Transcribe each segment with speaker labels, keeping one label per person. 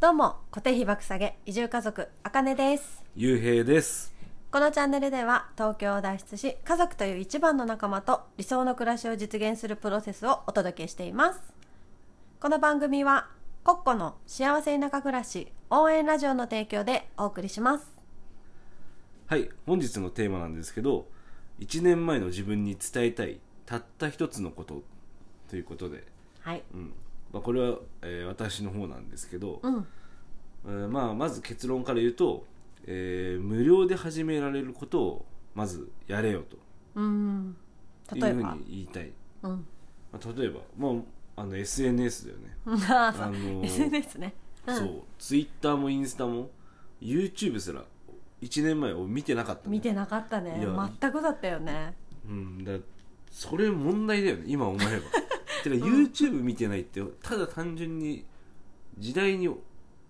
Speaker 1: どうも固定費爆下げ移住家族あかねです
Speaker 2: ゆうへいです。
Speaker 1: このチャンネルでは東京を脱出し家族という一番の仲間と理想の暮らしを実現するプロセスをお届けしていますこの番組はコッコの幸せ田舎暮らし応援ラジオの提供でお送りします
Speaker 2: はい、本日のテーマなんですけど、1年前の自分に伝えたい、たった一つのことということで、
Speaker 1: はい
Speaker 2: うんまあ、これは、えー私の方なんですけど、
Speaker 1: うん
Speaker 2: えーまあ、まず結論から言うと、えー無料で始められることをまずやれよと
Speaker 1: うん
Speaker 2: いうふ
Speaker 1: 例え
Speaker 2: う
Speaker 1: ば
Speaker 2: に言いたい。
Speaker 1: うん
Speaker 2: まあ、例えば、まあ、あの SNS だよね。
Speaker 1: あ
Speaker 2: あの
Speaker 1: そう
Speaker 2: ー
Speaker 1: SNS ねうん
Speaker 2: そう、Twitter もインスタも YouTube すら1年前を見てなかったね、
Speaker 1: 見てなかったね
Speaker 2: いや
Speaker 1: 全くだったよね
Speaker 2: うんだからそれ問題だよね今思え ばてか YouTube 見てないってただ単純に時代に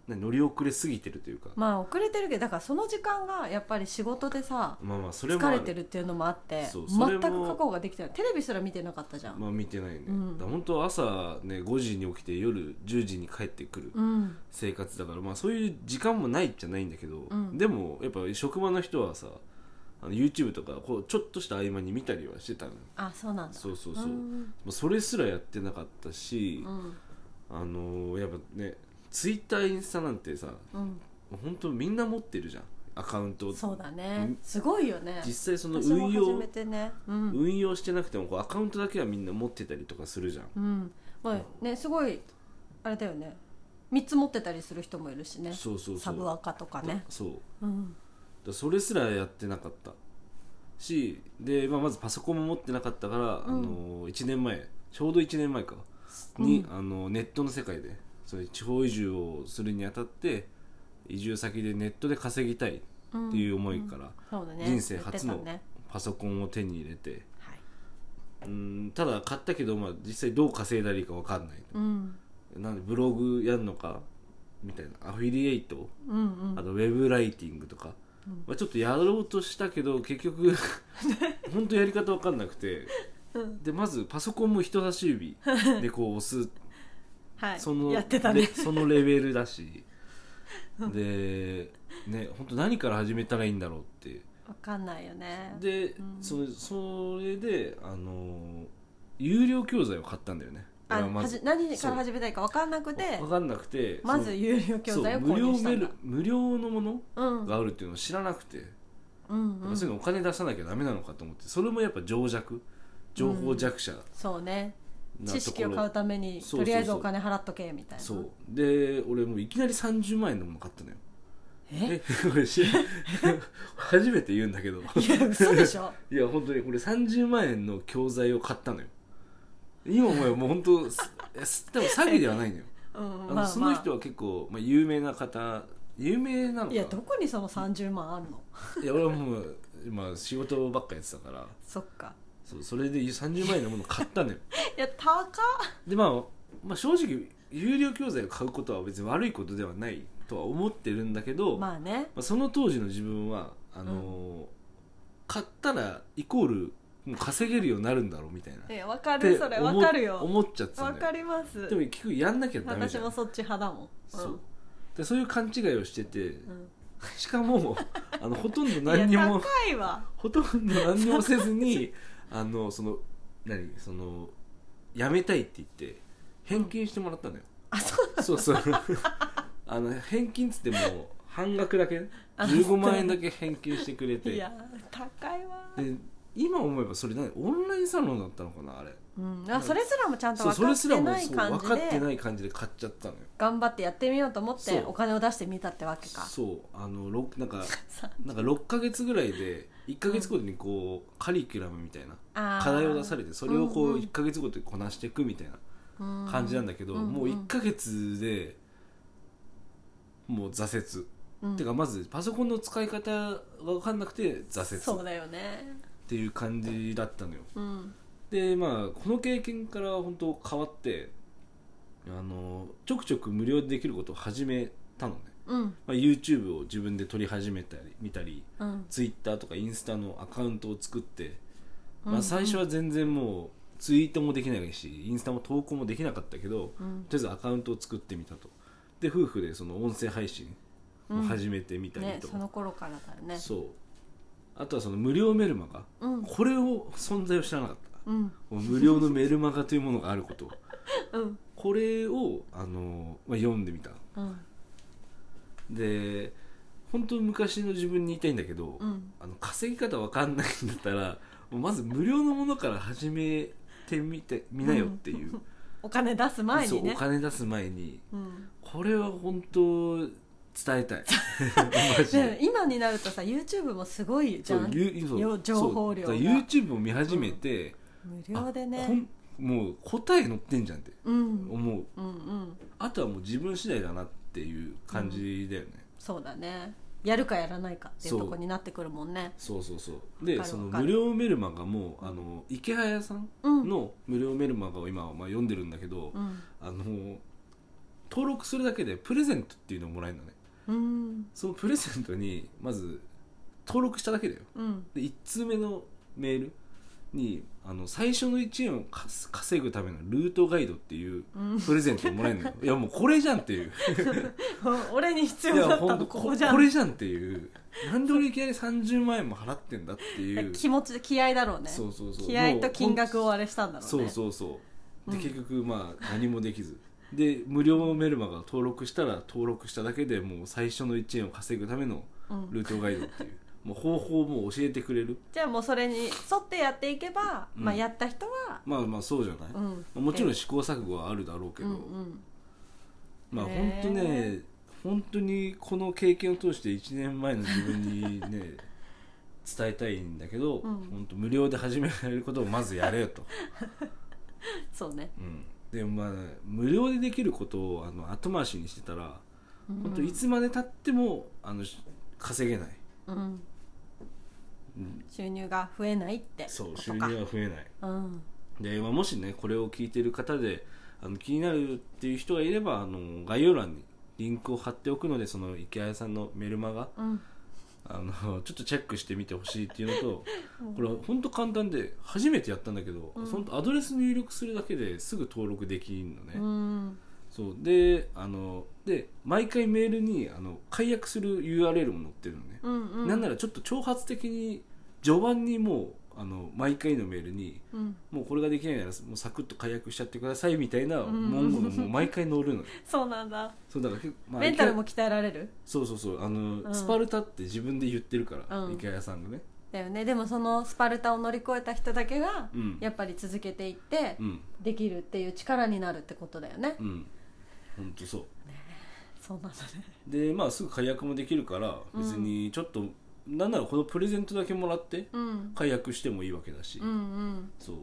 Speaker 2: な乗り遅れすぎてるというか
Speaker 1: まあ遅れてるけどだからその時間がやっぱり仕事でさ
Speaker 2: まあまあそれもあ
Speaker 1: 疲れてるっていうのもあって
Speaker 2: そうそれ
Speaker 1: 全く
Speaker 2: も
Speaker 1: 覚悟ができてないテレビすら見てなかったじゃん、
Speaker 2: まあ見てないね、
Speaker 1: うん
Speaker 2: だから本当朝ね5時に起きて夜10時に帰ってくる
Speaker 1: うん
Speaker 2: 生活だから、まあそういう時間もないじゃないんだけど、
Speaker 1: ん
Speaker 2: でもやっぱ職場の人はさあの YouTube とかこうちょっとした合間に見たりはしてたのよ
Speaker 1: あそうなんだ
Speaker 2: そうそうそう、ま
Speaker 1: ん
Speaker 2: あそれすらやってなかったし、
Speaker 1: うん
Speaker 2: あのーやっぱねツイッターインスタなんてさ
Speaker 1: うん
Speaker 2: 本当みんな持ってるじゃんアカウントを
Speaker 1: そうだね
Speaker 2: ん
Speaker 1: すごいよね
Speaker 2: 実際その
Speaker 1: 私も
Speaker 2: 運
Speaker 1: 初
Speaker 2: 用
Speaker 1: めてねうん、
Speaker 2: 運用してなくてもこうアカウントだけはみんな持ってたりとかするじゃん
Speaker 1: うんまあ、ねすごいあれだよね3つ持ってたりする人もいるしね
Speaker 2: そうそうそう
Speaker 1: サブアカとかね
Speaker 2: そうだか
Speaker 1: うん
Speaker 2: らそれすらやってなかったしで、まあ、まずパソコンも持ってなかったから、あのー1年前ちょうど1年前かに、あのーネットの世界でそれ地方移住をするにあたって移住先でネットで稼ぎたいっていう思いから、
Speaker 1: そうだね
Speaker 2: 人生初
Speaker 1: 言っ
Speaker 2: の
Speaker 1: てたね
Speaker 2: パソコンを手に入れて、
Speaker 1: はい
Speaker 2: うんただ買ったけど、まあ、実際どう稼いだらいいか分かんない、
Speaker 1: うん、
Speaker 2: なんでブログやるのかみたいなアフィリエイト
Speaker 1: うんうん
Speaker 2: あとウェブライティングとか、まあ、ちょっとやろうとしたけど結 局本当やり方分かんなくてでまずパソコンも人差し指でこう押す
Speaker 1: はい
Speaker 2: その
Speaker 1: やってた
Speaker 2: レ
Speaker 1: ね
Speaker 2: そのレベルだしで、ね、本当何から始めたらいいんだろうって
Speaker 1: わかんないよね
Speaker 2: で、そのそれであの有料教材を買ったんだよね
Speaker 1: あ
Speaker 2: 俺はま
Speaker 1: は
Speaker 2: ず
Speaker 1: じ何から始めたいか分かんなくて
Speaker 2: 分かんなくて
Speaker 1: まず有料
Speaker 2: そ
Speaker 1: 教
Speaker 2: の
Speaker 1: 材を
Speaker 2: そう
Speaker 1: 購
Speaker 2: 無
Speaker 1: 入
Speaker 2: 料
Speaker 1: した
Speaker 2: メ
Speaker 1: んだ
Speaker 2: ル無料のもの
Speaker 1: うん
Speaker 2: があるっていうのを知らなくて、
Speaker 1: うん
Speaker 2: やっ
Speaker 1: う
Speaker 2: ぱ
Speaker 1: ん
Speaker 2: そういうのお金出さなきゃダメなのかと思ってそれもやっぱ情弱情報弱者なとこ
Speaker 1: そうね
Speaker 2: ろ、
Speaker 1: 知識を買うために
Speaker 2: そうそうそう
Speaker 1: とりあえずお金払っとけみたいな
Speaker 2: そうで俺もういきなり30万円のもの買ったのよ
Speaker 1: え
Speaker 2: え 俺知ら初めて言うんだけど
Speaker 1: いや嘘でしょ
Speaker 2: いや本当にこれ30万円の教材を買ったのよ今思えばもう本当す えすでも詐欺ではないのよ、
Speaker 1: うん
Speaker 2: あのその人は結構、まあ、有名な方有名なのかない
Speaker 1: やどこにその30万あるの
Speaker 2: いや俺はもう今仕事ばっかやってたから
Speaker 1: そっか
Speaker 2: そうそれで30万円のもの買ったのよ
Speaker 1: いや高っ
Speaker 2: で、まあ、まあ正直有料教材を買うことは別に悪いことではないとは思ってるんだけど、ま
Speaker 1: まあね
Speaker 2: あ、その当時の自分はあのー買ったらイコールもう稼げるようになるんだろうみたいない
Speaker 1: や分か
Speaker 2: って
Speaker 1: るそれ分かるよ
Speaker 2: 思っちゃってた
Speaker 1: 分
Speaker 2: んだ
Speaker 1: か
Speaker 2: よ
Speaker 1: ります
Speaker 2: でも結局やんなきゃダメじ
Speaker 1: 私
Speaker 2: ゃん
Speaker 1: もそっち派だもん
Speaker 2: そうでそういう勘違いをしてて、
Speaker 1: ん
Speaker 2: しかも あのほとんど
Speaker 1: うん
Speaker 2: 何
Speaker 1: い
Speaker 2: に
Speaker 1: や
Speaker 2: も
Speaker 1: 高いわ
Speaker 2: ほとんど何にもせずにあのその何そのやめたいって言って返金してもらったのよ、
Speaker 1: あそう
Speaker 2: そうそうあの返金っつっても半額だけ
Speaker 1: あ
Speaker 2: 15万円だけ返金してくれて
Speaker 1: いや高いわ
Speaker 2: で今思えばそれ何オンラインサロンだったのかなあれ
Speaker 1: うんあそれすらもちゃんと
Speaker 2: そ
Speaker 1: 分か
Speaker 2: うそれ
Speaker 1: っ
Speaker 2: すら
Speaker 1: て
Speaker 2: も
Speaker 1: ない
Speaker 2: そう
Speaker 1: 感
Speaker 2: 分か
Speaker 1: じ
Speaker 2: って
Speaker 1: で
Speaker 2: ない感じで買っちゃったのよ
Speaker 1: 頑張ってやってみようと思っ
Speaker 2: そ
Speaker 1: て
Speaker 2: う
Speaker 1: お金を出してみたってわけか
Speaker 2: そうあのろなんか
Speaker 1: さ
Speaker 2: なんか6か月ぐらいで1か月ごとにこう、カリキュラムみたいな
Speaker 1: あー
Speaker 2: 課題を出されてそれをこ
Speaker 1: うん
Speaker 2: う
Speaker 1: うん
Speaker 2: 1か月ごとにこなしていくみたいな感じなんだけど、
Speaker 1: うんうん
Speaker 2: もう1か月でもう挫折、
Speaker 1: うん
Speaker 2: てかまずパソコンの使い方が分かんなくて挫
Speaker 1: そう
Speaker 2: 折っ
Speaker 1: だよね
Speaker 2: ていう感じだったのよ
Speaker 1: うん
Speaker 2: でまあこの経験から本当変わってあのちょくちょく無料でできることを始めたのね、
Speaker 1: うん
Speaker 2: まあ、YouTube を自分で撮り始めたり見たり
Speaker 1: うん
Speaker 2: ツイッターとかインスタのアカウントを作って、
Speaker 1: うん
Speaker 2: ま
Speaker 1: う
Speaker 2: あ、
Speaker 1: ん
Speaker 2: 最初は全然もうツイートもできないしインスタも投稿もできなかったけど、とりあえずアカウントを作ってみたとで夫婦でその音声配信を始めてみたり
Speaker 1: ね
Speaker 2: とか、
Speaker 1: その頃からだよね
Speaker 2: そうあとはその無料メルマガ、
Speaker 1: うん
Speaker 2: これを存在を知らなかった
Speaker 1: うん
Speaker 2: もう無料のメルマガというものがあること
Speaker 1: うん
Speaker 2: これを、あのまあ、読んでみた
Speaker 1: うん
Speaker 2: で本当に昔の自分に言いたいんだけど、
Speaker 1: うん
Speaker 2: あの稼ぎ方わかんないんだったらもうまず無料のものから始めてみてみなよっていう,、
Speaker 1: お金出す 前
Speaker 2: そう
Speaker 1: に
Speaker 2: お
Speaker 1: ね
Speaker 2: 金出す前に
Speaker 1: うん
Speaker 2: これは本当伝 えたいマジ
Speaker 1: で
Speaker 2: で。
Speaker 1: 今になるとさ YouTube もすごいじ
Speaker 2: そ
Speaker 1: ゃ
Speaker 2: うんゆそう
Speaker 1: よ情報量が
Speaker 2: そうだから YouTube を見始めて、
Speaker 1: 無料で
Speaker 2: あ
Speaker 1: ね
Speaker 2: こんもう答え載ってんじゃんって
Speaker 1: うんうん
Speaker 2: 思う
Speaker 1: うん
Speaker 2: あとはもう自分次第だなっていう感じだよね、
Speaker 1: そうだねやるかやらないかっていうとこになってくるもんね
Speaker 2: そうそうそう
Speaker 1: わ
Speaker 2: で
Speaker 1: かる
Speaker 2: その
Speaker 1: わかる
Speaker 2: 無料メルマガもあの池早さん
Speaker 1: うん
Speaker 2: の無料メルマガを今、まあ、読んでるんだけど、
Speaker 1: うん
Speaker 2: あの登録するだけでプレゼントっていうのをもらえるのね
Speaker 1: うん
Speaker 2: そのプレゼントにまず登録しただけだよ
Speaker 1: うん
Speaker 2: で1通目のメールにあの最初の1円をかす稼ぐためのルートガイドっていう
Speaker 1: うん
Speaker 2: プレゼントをもらえるのよいやもうこれじゃんっていう
Speaker 1: 俺に必
Speaker 2: い
Speaker 1: 要だ
Speaker 2: や
Speaker 1: った
Speaker 2: ほん
Speaker 1: の
Speaker 2: と
Speaker 1: こ
Speaker 2: こ
Speaker 1: こじゃん
Speaker 2: これじゃんっていうなんで俺いきなり30万円も払ってんだっていう
Speaker 1: 気持ち気合だろうね
Speaker 2: そうそうそう
Speaker 1: 気合と金額を
Speaker 2: もう
Speaker 1: あれしたんだろうね
Speaker 2: そうそうそうで、
Speaker 1: うん
Speaker 2: 結局まあ何もできずで無料メルマガ登録したら登録しただけでもう最初の1円を稼ぐための
Speaker 1: うん
Speaker 2: ルートガイドっていう、もう方法も教えてくれる
Speaker 1: じゃあもうそれに沿ってやっていけば、
Speaker 2: うん
Speaker 1: まあ、やった人は、
Speaker 2: まあまあそうじゃない、
Speaker 1: うん
Speaker 2: まあもちろん試行錯誤はあるだろうけ
Speaker 1: う
Speaker 2: ど、
Speaker 1: んうん
Speaker 2: まあ
Speaker 1: へ
Speaker 2: 本
Speaker 1: え
Speaker 2: 当ね本当にこの経験を通して1年前の自分にね 伝えたいんだけ
Speaker 1: う
Speaker 2: ど、
Speaker 1: ん
Speaker 2: 本当無料で始められることをまずやれよと、
Speaker 1: そうね
Speaker 2: うん、でもまあ無料でできることをあの後回しにしてたら本当いつまでたってもあのし稼げない、
Speaker 1: うん、
Speaker 2: うん、
Speaker 1: 収入が増えないってこと
Speaker 2: そう
Speaker 1: か
Speaker 2: 収入は増えない
Speaker 1: うん
Speaker 2: で、まあ、もしねこれを聞いてる方であの気になるっていう人がいればあの概要欄にリンクを貼っておくのでその池谷さんのメルマガ
Speaker 1: うん
Speaker 2: あのちょっとチェックしてみてほしいっていうの と、これ本当簡単で初めてやったんだけど、
Speaker 1: うん
Speaker 2: そのアドレス入力するだけですぐ登録できるのね、
Speaker 1: うん
Speaker 2: そうであので毎回メールにあの解約する URL も載ってるのね、
Speaker 1: うんうん
Speaker 2: なんならちょっと挑発的に序盤にもうあの毎回のメールに
Speaker 1: うん、
Speaker 2: もうこれができないならもうサクッと解約しちゃってくださいみたいな
Speaker 1: うん
Speaker 2: 文言がもう毎回載る のよ
Speaker 1: そうなんだ、
Speaker 2: そうだから結構、まあ
Speaker 1: メンタルも鍛えられる
Speaker 2: そうそうそうあの、
Speaker 1: うん
Speaker 2: スパルタって自分で言ってるから、
Speaker 1: うん
Speaker 2: 池谷さんがね
Speaker 1: だよねでもそのスパルタを乗り越えた人だけが、
Speaker 2: うん
Speaker 1: やっぱり続けていって、
Speaker 2: うん
Speaker 1: できるっていう力になるってことだよね、
Speaker 2: うん本当そう
Speaker 1: そうなんだね
Speaker 2: でまあすぐ解約もできるから
Speaker 1: うん
Speaker 2: 別にちょっと、なんならこのプレゼントだけもらって
Speaker 1: うん
Speaker 2: 解約してもいいわけだし、
Speaker 1: うんうん
Speaker 2: そう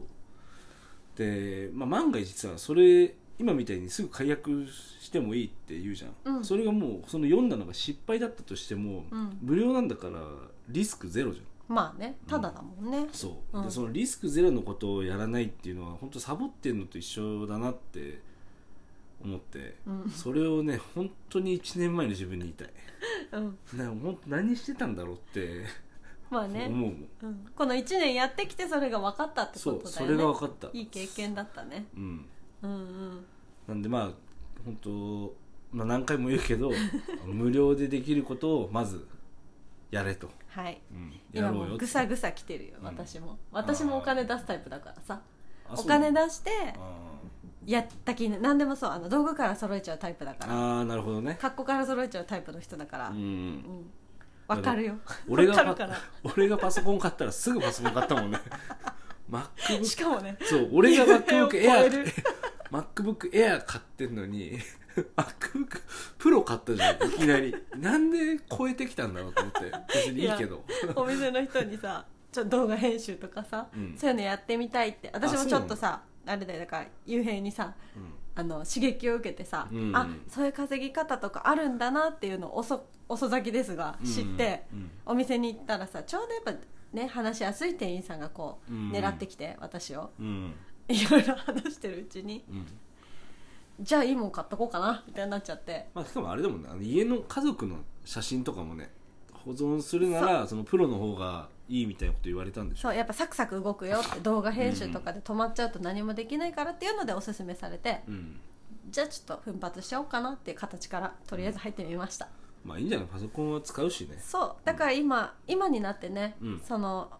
Speaker 2: で、まあ、万が一実はそれ今みたいにすぐ解約してもいいって言うじゃん、
Speaker 1: うん
Speaker 2: それがもうその読んだのが失敗だったとしても、
Speaker 1: うん
Speaker 2: 無料なんだからリスクゼロじゃん
Speaker 1: まあねただだもんね、
Speaker 2: そう、
Speaker 1: うん
Speaker 2: でそのリスクゼロのことをやらないっていうのは本当サボってんのと一緒だなって思って、
Speaker 1: うん
Speaker 2: それをね本当に1年前の自分に言いたい
Speaker 1: うん、
Speaker 2: な本当何してたんだろうって
Speaker 1: まあ
Speaker 2: 思う
Speaker 1: ね
Speaker 2: もん、
Speaker 1: うんこの1年やってきてそれが分かったって
Speaker 2: そ
Speaker 1: こ
Speaker 2: う
Speaker 1: とだ
Speaker 2: そ
Speaker 1: よね
Speaker 2: れが分かった
Speaker 1: いい経験だったね
Speaker 2: うん
Speaker 1: うんうん
Speaker 2: なんでまあ本当まあ何回も言う けど無料でできることをまずやれと、
Speaker 1: はい
Speaker 2: うん、や
Speaker 1: 今
Speaker 2: ろう
Speaker 1: も
Speaker 2: よ
Speaker 1: う
Speaker 2: っ
Speaker 1: ぐ
Speaker 2: て
Speaker 1: さぐさ来てるよ私も、私もお金出すタイプだからさ
Speaker 2: あ
Speaker 1: お
Speaker 2: そう
Speaker 1: 金出して
Speaker 2: あ
Speaker 1: やった気に何でもそうあの道具から揃えちゃうタイプだ
Speaker 2: ー
Speaker 1: から
Speaker 2: あーなるほどね、
Speaker 1: 格好から揃えちゃうタイプの人だから
Speaker 2: う
Speaker 1: うん、
Speaker 2: ん、
Speaker 1: 分かるよ
Speaker 2: 俺
Speaker 1: 分か
Speaker 2: が
Speaker 1: るから
Speaker 2: 俺がパソコン買ったらすぐパソコン買ったもん ね MacBook
Speaker 1: しかもね
Speaker 2: そう俺が MacBook
Speaker 1: 夢を超え
Speaker 2: Air
Speaker 1: る
Speaker 2: MacBook Air 買ってんのに MacBook Pro 買ったじゃんいきなりなんで超えてきたんだろうと思って別にいいけど
Speaker 1: お店の人に さちょっと動画編集とかさ、
Speaker 2: うん
Speaker 1: そういうのやってみたいって私
Speaker 2: あ
Speaker 1: も
Speaker 2: そう
Speaker 1: ち
Speaker 2: な
Speaker 1: ょ
Speaker 2: の
Speaker 1: っとさあれだよだから幽閉にさ
Speaker 2: うん
Speaker 1: あの刺激を受けてさ、
Speaker 2: うん
Speaker 1: あそういう稼ぎ方とかあるんだなっていうのを遅遅咲きですが知って、
Speaker 2: うんうん
Speaker 1: お店に行ったらさちょうどやっぱね話しやすい店員さんがこう
Speaker 2: うん
Speaker 1: 狙ってきて、私を
Speaker 2: うん
Speaker 1: いろいろ話してるうちに
Speaker 2: うん
Speaker 1: じゃあいいもん買っとこうかなみたいになっちゃって
Speaker 2: まあしかもあれだもんねあの家の家族の写真とかもね保存するならそのプロの方がいいみたいなこと言われたんでしょ
Speaker 1: そうやっぱサクサク動くよって動画編集とかで止まっちゃうと何もできないからっていうのでおすすめされて、
Speaker 2: うん
Speaker 1: じゃあちょっと奮発しようかなっていう形からとりあえず入ってみました、
Speaker 2: まあいいんじゃないパソコンは使うしね
Speaker 1: そうだから今、今になってね、
Speaker 2: うん
Speaker 1: その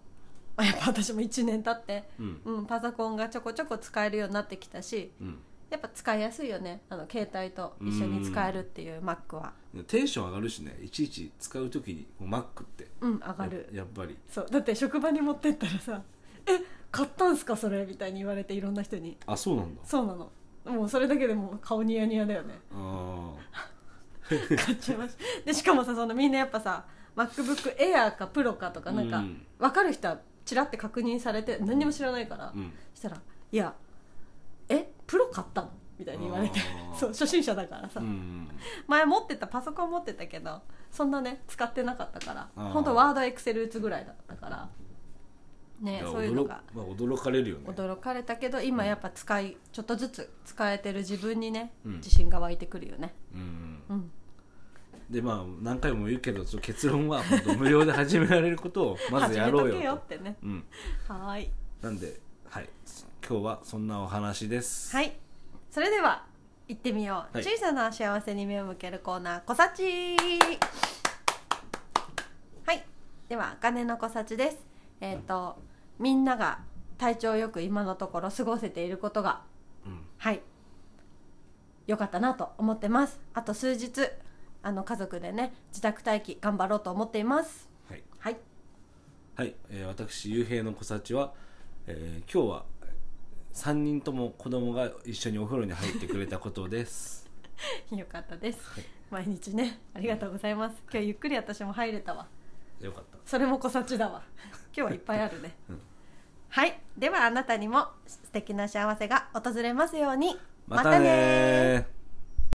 Speaker 1: やっぱ私も1年経って、
Speaker 2: うん
Speaker 1: うん、パソコンがちょこちょこ使えるようになってきたし
Speaker 2: うん
Speaker 1: やっぱ使いやすいよねあの携帯と一緒に使えるっていう Mac は
Speaker 2: テンション上がるしねいちいち使う時にもう Mac って
Speaker 1: うん上がる
Speaker 2: ややっぱり
Speaker 1: そうだって職場に持ってったらさ「え買ったんすかそれ」みたいに言われていろんな人に
Speaker 2: あそうなんだ
Speaker 1: そうなのもうそれだけでもう顔ニヤニヤだよね
Speaker 2: あ
Speaker 1: 買っちゃいましたでしかもさそのみんなやっぱさ MacBookAir か Pro かとかなんか、
Speaker 2: うん
Speaker 1: 分かる人はチラって確認されて何にも知らないから、
Speaker 2: あ うん
Speaker 1: したら「いやえプロ買ったの?」みたいに言われて
Speaker 2: あー
Speaker 1: そう初心者だからさ、
Speaker 2: うん
Speaker 1: 前持ってたパソコン持ってたけどそんなね使ってなかったから
Speaker 2: あー
Speaker 1: 本当ワードエクセル打つぐらいだったからね
Speaker 2: だから
Speaker 1: そういうのが
Speaker 2: 驚まあ、驚かれるよね
Speaker 1: 驚かれたけど今やっぱ使いちょっとずつ使えてる自分にね、
Speaker 2: うん
Speaker 1: 自信が湧いてくるよね
Speaker 2: うん
Speaker 1: うん
Speaker 2: でまあ何回も言うけどその結論は本当無料で始められること をまずやろ
Speaker 1: 始
Speaker 2: う
Speaker 1: めと
Speaker 2: よ
Speaker 1: けよ
Speaker 2: と
Speaker 1: ってね
Speaker 2: うん、
Speaker 1: はーい
Speaker 2: なんではい今日はそんなお話です
Speaker 1: はいそれでは行ってみよう、
Speaker 2: はい
Speaker 1: 小さな幸せに目を向けるコーナー「小さち」はいでは「あかねの小さち」ですえっ、とみんなが体調よく今のところ過ごせていることが
Speaker 2: うん
Speaker 1: はい良かったなと思ってますあと数日あの家族でね自宅待機頑張ろうと思っています
Speaker 2: はい
Speaker 1: はい
Speaker 2: はい、えー私ゆうへいの小幸は、えー今日は3人とも子供が一緒にお風呂に入ってくれたことです
Speaker 1: よかったです
Speaker 2: はい
Speaker 1: 毎日ねありがとうございます今日ゆっくり私も入れたわ
Speaker 2: よかった
Speaker 1: それも小さちだわ今日はいっぱいあるね、
Speaker 2: うん
Speaker 1: はいではあなたにも素敵な幸せが訪れますように
Speaker 2: またねー